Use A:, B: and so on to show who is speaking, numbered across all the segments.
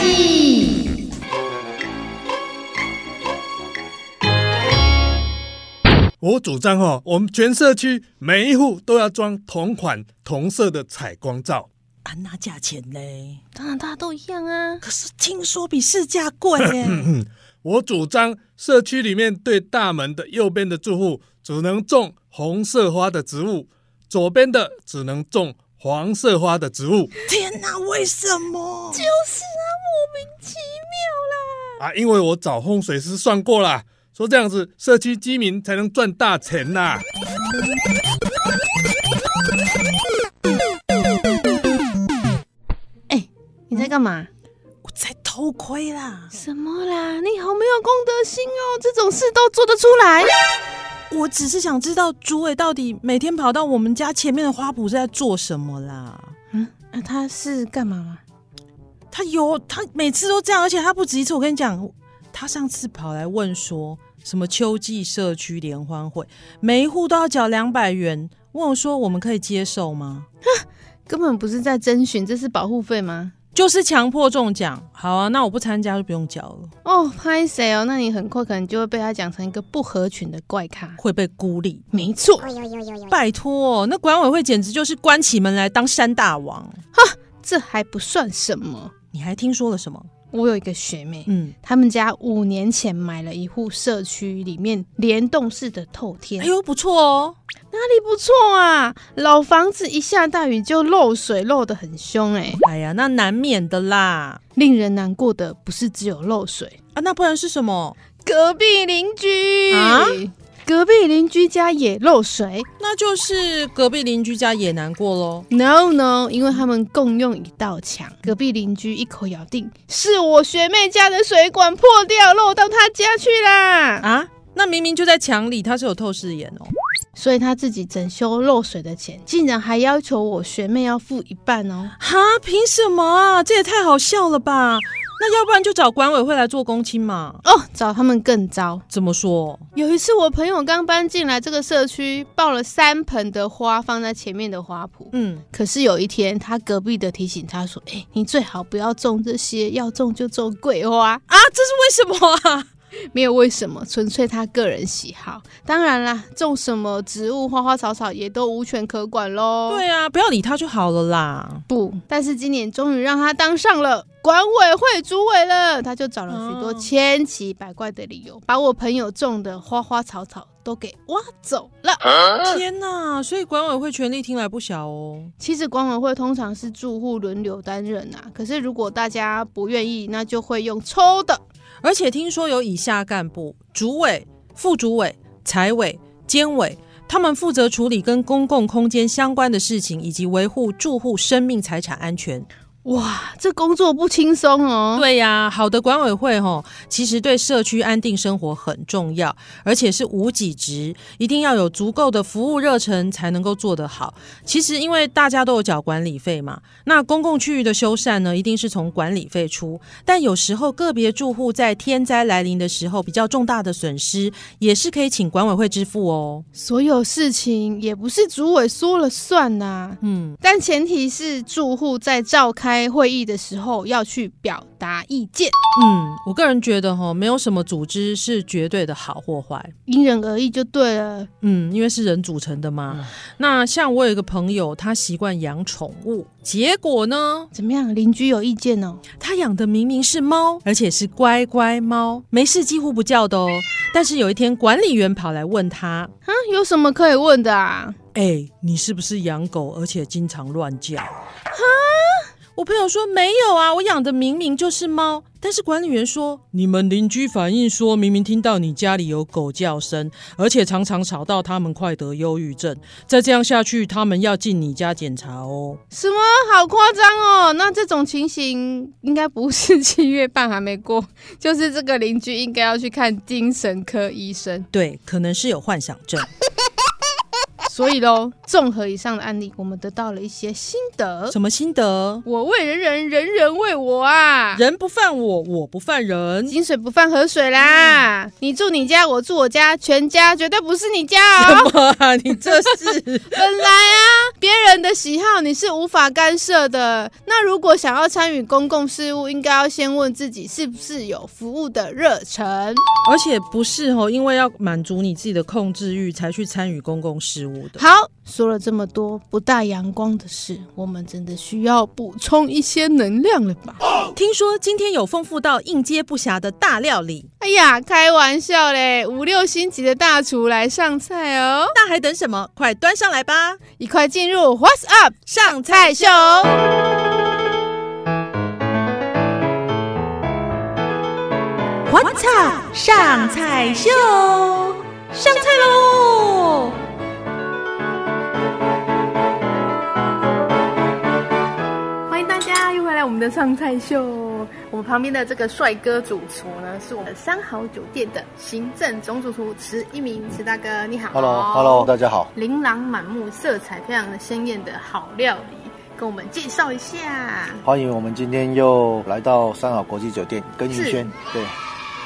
A: 志？
B: 我主张哈、哦，我们全社区每一户都要装同款同色的采光罩。
C: 啊，那价钱嘞？
A: 当然大家都一样啊。
C: 可是听说比市价贵 耶。
B: 我主张社区里面对大门的右边的住户只能种红色花的植物，左边的只能种黄色花的植物
C: 天哪，为什么？
A: 就是啊，莫名其妙
B: 啊，因为我找风水师算过啦，说这样子社区居民才能赚大钱呐、
A: 啦。哎、你在干嘛？
C: 我在偷窥啦！
A: 什么啦？你好没有公德心哦，这种事都做得出来？
C: 我只是想知道主委到底每天跑到我们家前面的花圃是在做什么啦。
A: 嗯，啊、他是干嘛吗？
C: 他有，他每次都这样，而且他不止一次。我跟你讲，他上次跑来问说什么秋季社区联欢会，每一户都要缴两百元，问我说我们可以接受吗？
A: 根本不是在征询，这是保护费吗？
C: 就是强迫中奖。好啊，那我不参加就不用缴了，
A: 哦，拍谁哦？那你很快可能就会被他讲成一个不合群的怪咖。
C: 会被孤立。
A: 没错，
C: 拜托、那管委会简直就是关起门来当山大王。
A: 这还不算什么。
C: 你还听说了什么？
A: 我有一个学妹，
C: 嗯，
A: 他们家五年前买了一户社区里面联动式的透天，
C: 哎呦，不错哦。
A: 哪里不错啊？老房子一下大雨就漏水，漏得很凶哎、
C: 哎呀，那难免的啦。
A: 令人难过的不是只有漏水，
C: 啊，那不然是什么？
A: 隔壁邻居
C: 啊，
A: 隔壁邻居家也漏水。
C: 那就是隔壁邻居家也难过喽。
A: No no，因为他们共用一道墙，隔壁邻居一口咬定是我学妹家的水管破掉，漏到她家去啦。
C: 啊，那明明就在墙里，它是有透视眼哦。
A: 所以他自己整修漏水的钱，竟然还要求我学妹要付一半哦。
C: 哈，凭什么啊？这也太好笑了吧？那要不然就找管委会来做公亲嘛？
A: 哦，找他们更糟。
C: 怎么说？
A: 有一次，我朋友刚搬进来这个社区，抱了三盆的花放在前面的花圃。
C: 嗯，
A: 可是有一天，他隔壁的提醒他说：“哎、你最好不要种这些，要种就种桂花。
C: 啊，这是为什么 啊？”
A: 没有为什么，纯粹他个人喜好。当然啦，种什么植物、花花草草也都无权可管喽。
C: 对啊，不要理他就好了啦。
A: 不，但是今年终于让他当上了管委会主委了，他就找了许多
C: 哦
A: 千奇百怪的理由，把我朋友种的花花草草都给挖走了。
C: 天哪，所以管委会权力听来不小哦。
A: 其实管委会通常是住户轮流担任啊，可是如果大家不愿意，那就会用抽的。
C: 而且听说有以下干部：主委、副主委、财委、监委，他们负责处理跟公共空间相关的事情，以及维护住户生命财产安全。
A: 哇，这工作不轻松哦。
C: 对呀、好的管委会吼，其实对社区安定生活很重要，而且是无给职，一定要有足够的服务热忱才能够做得好。其实因为大家都有缴管理费嘛，那公共区域的修缮呢，一定是从管理费出，但有时候个别住户在天灾来临的时候比较重大的损失，也是可以请管委会支付哦。
A: 所有事情也不是主委说了算呐、
C: 嗯，
A: 但前提是住户在召开会议的时候要去表达意见。
C: 嗯，我个人觉得哈，没有什么组织是绝对的好或坏。
A: 因人而异就对了。
C: 嗯，因为是人组成的嘛。那像我有一个朋友，他习惯养宠物，结果呢，
A: 怎么样，邻居有意见哦？
C: 他养的明明是猫，而且是乖乖猫，没事几乎不叫的哦。但是有一天，管理员跑来问他
A: 啊，有什么可以问的啊？：“
C: 哎、你是不是养狗，而且经常乱叫？”哈，我朋友说：“没有啊，我养的明明就是猫。”但是管理员说：“你们邻居反映说，明明听到你家里有狗叫声，而且常常吵到他们快得忧郁症。再这样下去，他们要进你家检查哦。
A: 什么好夸张哦？那这种情形应该不是七月半还没过， 就是这个邻居应该要去看精神科医生。
C: 对，可能是有幻想症。
A: 所以喽， 综合以上的案例，我们得到了一些心得。
C: 什么心得？
A: 我为人人，人人为我啊！
C: 人不犯我，我不犯人。
A: 井水不犯河水啦！你住你家，我住我家，全家绝对不是你家哦。
C: 哇，啊你这是
A: 本来啊，别人的喜好你是无法干涉的。那如果想要参与公共事务，应该要先问自己是不是有服务的热忱。
C: 而且不是哦，因为要满足你自己的控制欲才去参与公共事务的。
A: 好，说了这么多不大阳光的事，我们真的需要补充一些能量了吧？
C: 听说今天有丰富到应接不暇的大料理，
A: 哎呀，开玩笑嘞，五六星级的大厨来上菜哦！
C: 那还等什么？快端上来吧！
A: 一块进入 What's Up
C: 上菜
A: 菜秀。
C: ，What's up？上菜秀，上菜喽！
D: 欢迎大家又回来我们的上菜秀。我们旁边的这个帅哥主厨呢，是我们三好酒店的行政总主厨池一鸣，池大哥你好。
E: Hello，Hello，大家好。
D: 琳琅满目、色彩非常的鲜艳的好料理，跟我们介绍一下。
E: 欢迎我们今天又来到三好国际酒店跟一圈。对，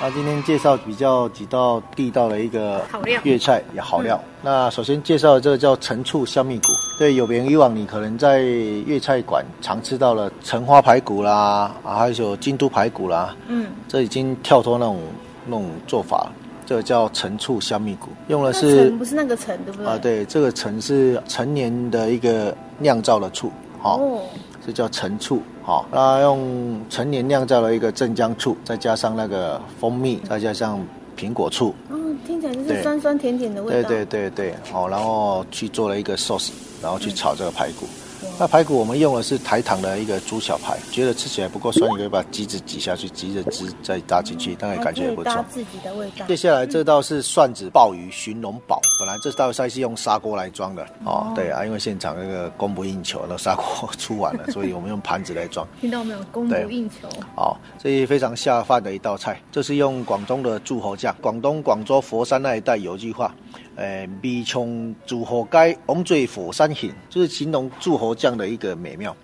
E: 那今天介绍比较几道地道的一个
D: 好料嗯
E: 粤菜也好料。那首先介绍的这个叫陈醋香蜜骨，对，有别于以往你可能在粤菜馆常吃到了陈花排骨啦，啊，还有京都排骨啦，
D: 嗯，
E: 这已经跳脱那种那种做法了。这个叫陈醋香蜜骨，用的
D: 那
E: 是
D: 陈不是那个陈，对不对？
E: 啊，。对，这个陈是陈年的一个酿造的醋，好、
D: 哦，
E: 这叫陈醋。好，那用陈年酿造了一个镇江醋，再加上那个蜂蜜，再加上苹果醋，
D: 哦，听起来就是
E: 对
D: 酸酸甜甜的味
E: 对
D: 道。
E: 对对
D: 对。
E: 对，好，然后去做了一个 sauce，然后去炒这个排骨。
D: 嗯
E: 那排骨我们用的是台糖的一个猪小排，觉得吃起来不够酸，你可以把鸡子挤下去，鸡的汁再搭进
D: 哦
E: 去，大概感觉也不错。
D: 自己的味道
E: 接下来这道是蒜子鲍鱼寻龙堡，本来这道菜是用砂锅来装的哦，对啊，因为现场那个供不应求，那砂锅 出完了，所以我们用盘子来装。
D: 听到没有？供不应求。
E: 好、这是哦非常下饭的一道菜，这是用广东的猪猴酱。广东广州佛山那一带有一句话，呃，米冲猪猴街，红嘴佛山行，就是形容猪猴酱的一个美妙。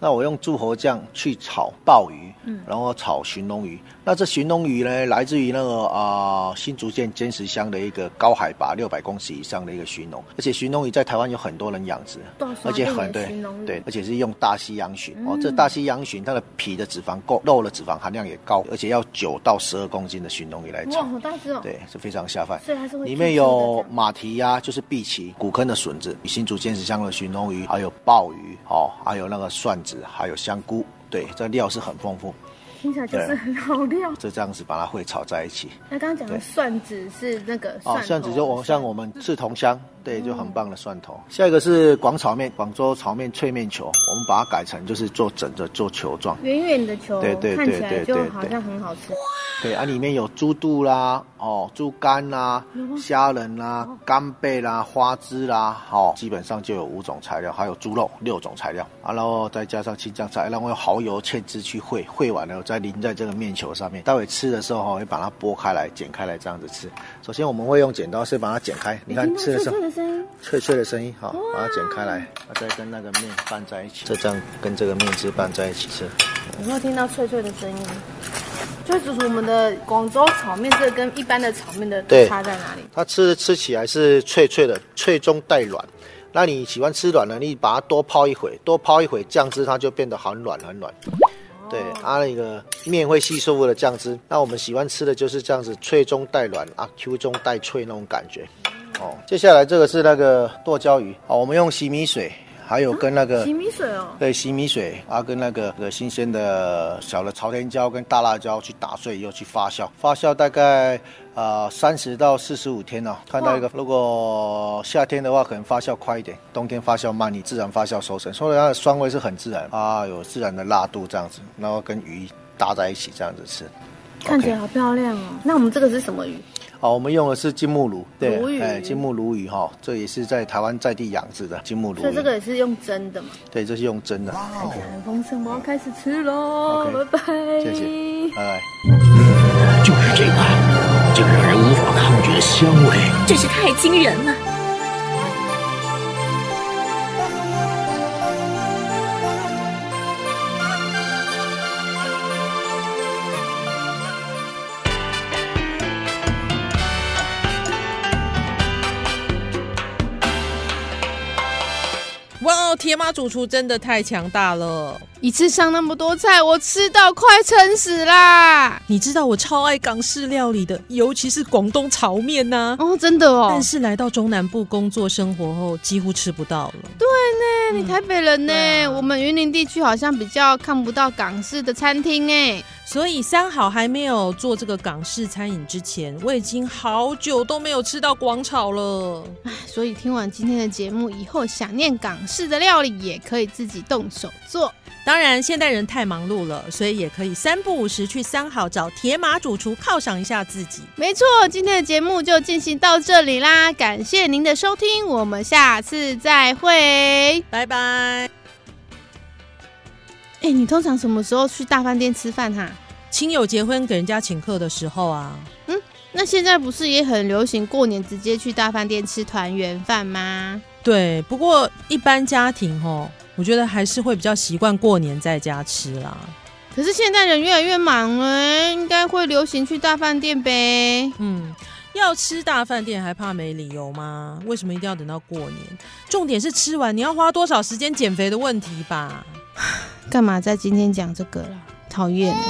E: 那我用猪猴酱去炒鲍鱼，然后炒鲟龙鱼。那这鲟龙鱼呢，来自于那个啊、新竹县尖石乡的一个高海拔六百公尺以上的一个鲟龙，而且鲟龙鱼在台湾有很多人养殖，
D: 多少
E: 而且
D: 都有
E: 很对
D: 鲟龙鱼
E: 对，而且是用大西洋鲟、哦，这大西洋鲟它的皮的脂肪够，肉的脂肪含量也高，而且要九到十二公斤的鲟龙鱼来
D: 哇，
E: 炒，
D: 好大只哦。。
E: 对，是非常下饭。
D: 所以它是会
E: 里
D: 煮
E: 面
D: 熟
E: 有
D: 的这样
E: 马蹄呀、就是碧琪、古坑的笋子、新竹尖石乡的鲟龙鱼，还有鲍鱼哦，还有那个蒜子，还有香菇，对，这料是很丰富，
D: 听起来就是很 好料。
E: 这这样子把它会炒在一起。
D: 那刚刚讲的
E: 对
D: 蒜子是那个蒜嗯
E: 哦，
D: 头
E: 蒜子就我像我们刺桐香，对，就很棒的蒜头。下一个是广炒面，广州炒面脆面球，我们把它改成就是做整的做球状。
D: 圆圆的球，
E: 对对
D: 看起来
E: 对对
D: 就
E: 对
D: 好
E: 对
D: 像很好吃。
E: 对啊，里面有猪肚啦，哦，猪肝啦，虾仁啦，
D: 哦
E: 干贝啦，花枝啦，哦，基本上就有五种材料，还有猪肉六种材料啊，然后再加上青酱菜，然后用蚝油芡汁去烩，烩完了再淋在这个面球上面。待会吃的时候哦，会把它剥开来、剪开来这样子吃。首先我们会用剪刀先把它剪开，你看
D: 听到
E: 吃
D: 脆
E: 的时候
D: 脆的声音，
E: 脆脆的声音，好，把它剪开来，啊再跟那个面拌在一起，就这样跟这个面汁拌在一起吃。
D: 有没有听到脆脆的声音？就是主厨，我们的广州炒面，这个跟一般的炒面的
E: 对
D: 差在哪里？
E: 它吃吃起来是脆脆的，脆中带软。那你喜欢吃软的，你把它多泡一会，多泡一会酱汁，它就变得很软很软。
D: 哦
E: 对，啊那个面会吸收我的酱汁。那我们喜欢吃的就是这样子，脆中带软啊，Q 中带脆那种感觉。
D: 嗯
E: 哦，接下来这个是那个剁椒鱼哦，我们用洗米水，还有跟那个、
D: 洗米水哦，
E: 对，洗米水啊，跟那个呃新鲜的小的朝天椒跟大辣椒去打碎，以后去发酵，发酵大概呃三十到四十五天哦。看到一个，如果夏天的话，可能发酵快一点，冬天发酵慢，你自然发酵熟成，所以它的酸味是很自然啊，有自然的辣度这样子，然后跟鱼搭在一起这样子吃。
D: 看起来好漂亮哦。那我们这个是什么鱼？
E: 好，啊我们用的是金目鲈，
D: 鲈鱼
E: 对，哎，金目鲈鱼哈、这也是在台湾在地养殖的金目鲈鱼，
D: 所以这个也是用蒸的嘛，
E: 对，这是用蒸的。OK，
D: 很丰盛。我要开始吃喽，
E: OK，
D: 拜拜。
E: 谢谢，拜拜。
F: 就是这个，竟让人无法抗拒的香味。
G: 真是太惊人了！
C: 哇哦，铁马主厨真的太强大了！
A: 一次上那么多菜，我吃到快撑死啦！
C: 你知道我超爱港式料理的，尤其是广东炒面呐、
A: 哦，真的哦
C: 但，是来到中南部工作生活后，几乎吃不到了。
A: 哎你台北人
D: 嗯
A: 呢、
C: 对啊
A: 我们云林地区好像比较看不到港式的餐厅哎。
C: 所以三好还没有做这个港式餐饮之前，我已经好久都没有吃到广炒了。
A: 所以听完今天的节目以后，想念港式的料理也可以自己动手做。
C: 当然，现代人太忙碌了，所以也可以三不五时去三好找铁马主厨犒赏一下自己。
A: 没错，今天的节目就进行到这里啦，感谢您的收听，我们下次再会。哎、
C: 拜拜。
A: 你通常什么时候去大饭店吃饭哈、
C: 亲友结婚给人家请客的时候啊，
A: 那现在不是也很流行过年直接去大饭店吃团圆饭吗？
C: 对，不过一般家庭吼，我觉得还是会比较习惯过年在家吃啦。
A: 可是现在人越来越忙了，应该会流行去大饭店呗。
C: 嗯，要吃大饭店还怕没理由吗？为什么一定要等到过年？重点是吃完你要花多少时间减肥的问题吧。
A: 干嘛在今天讲这个啦？讨厌欸、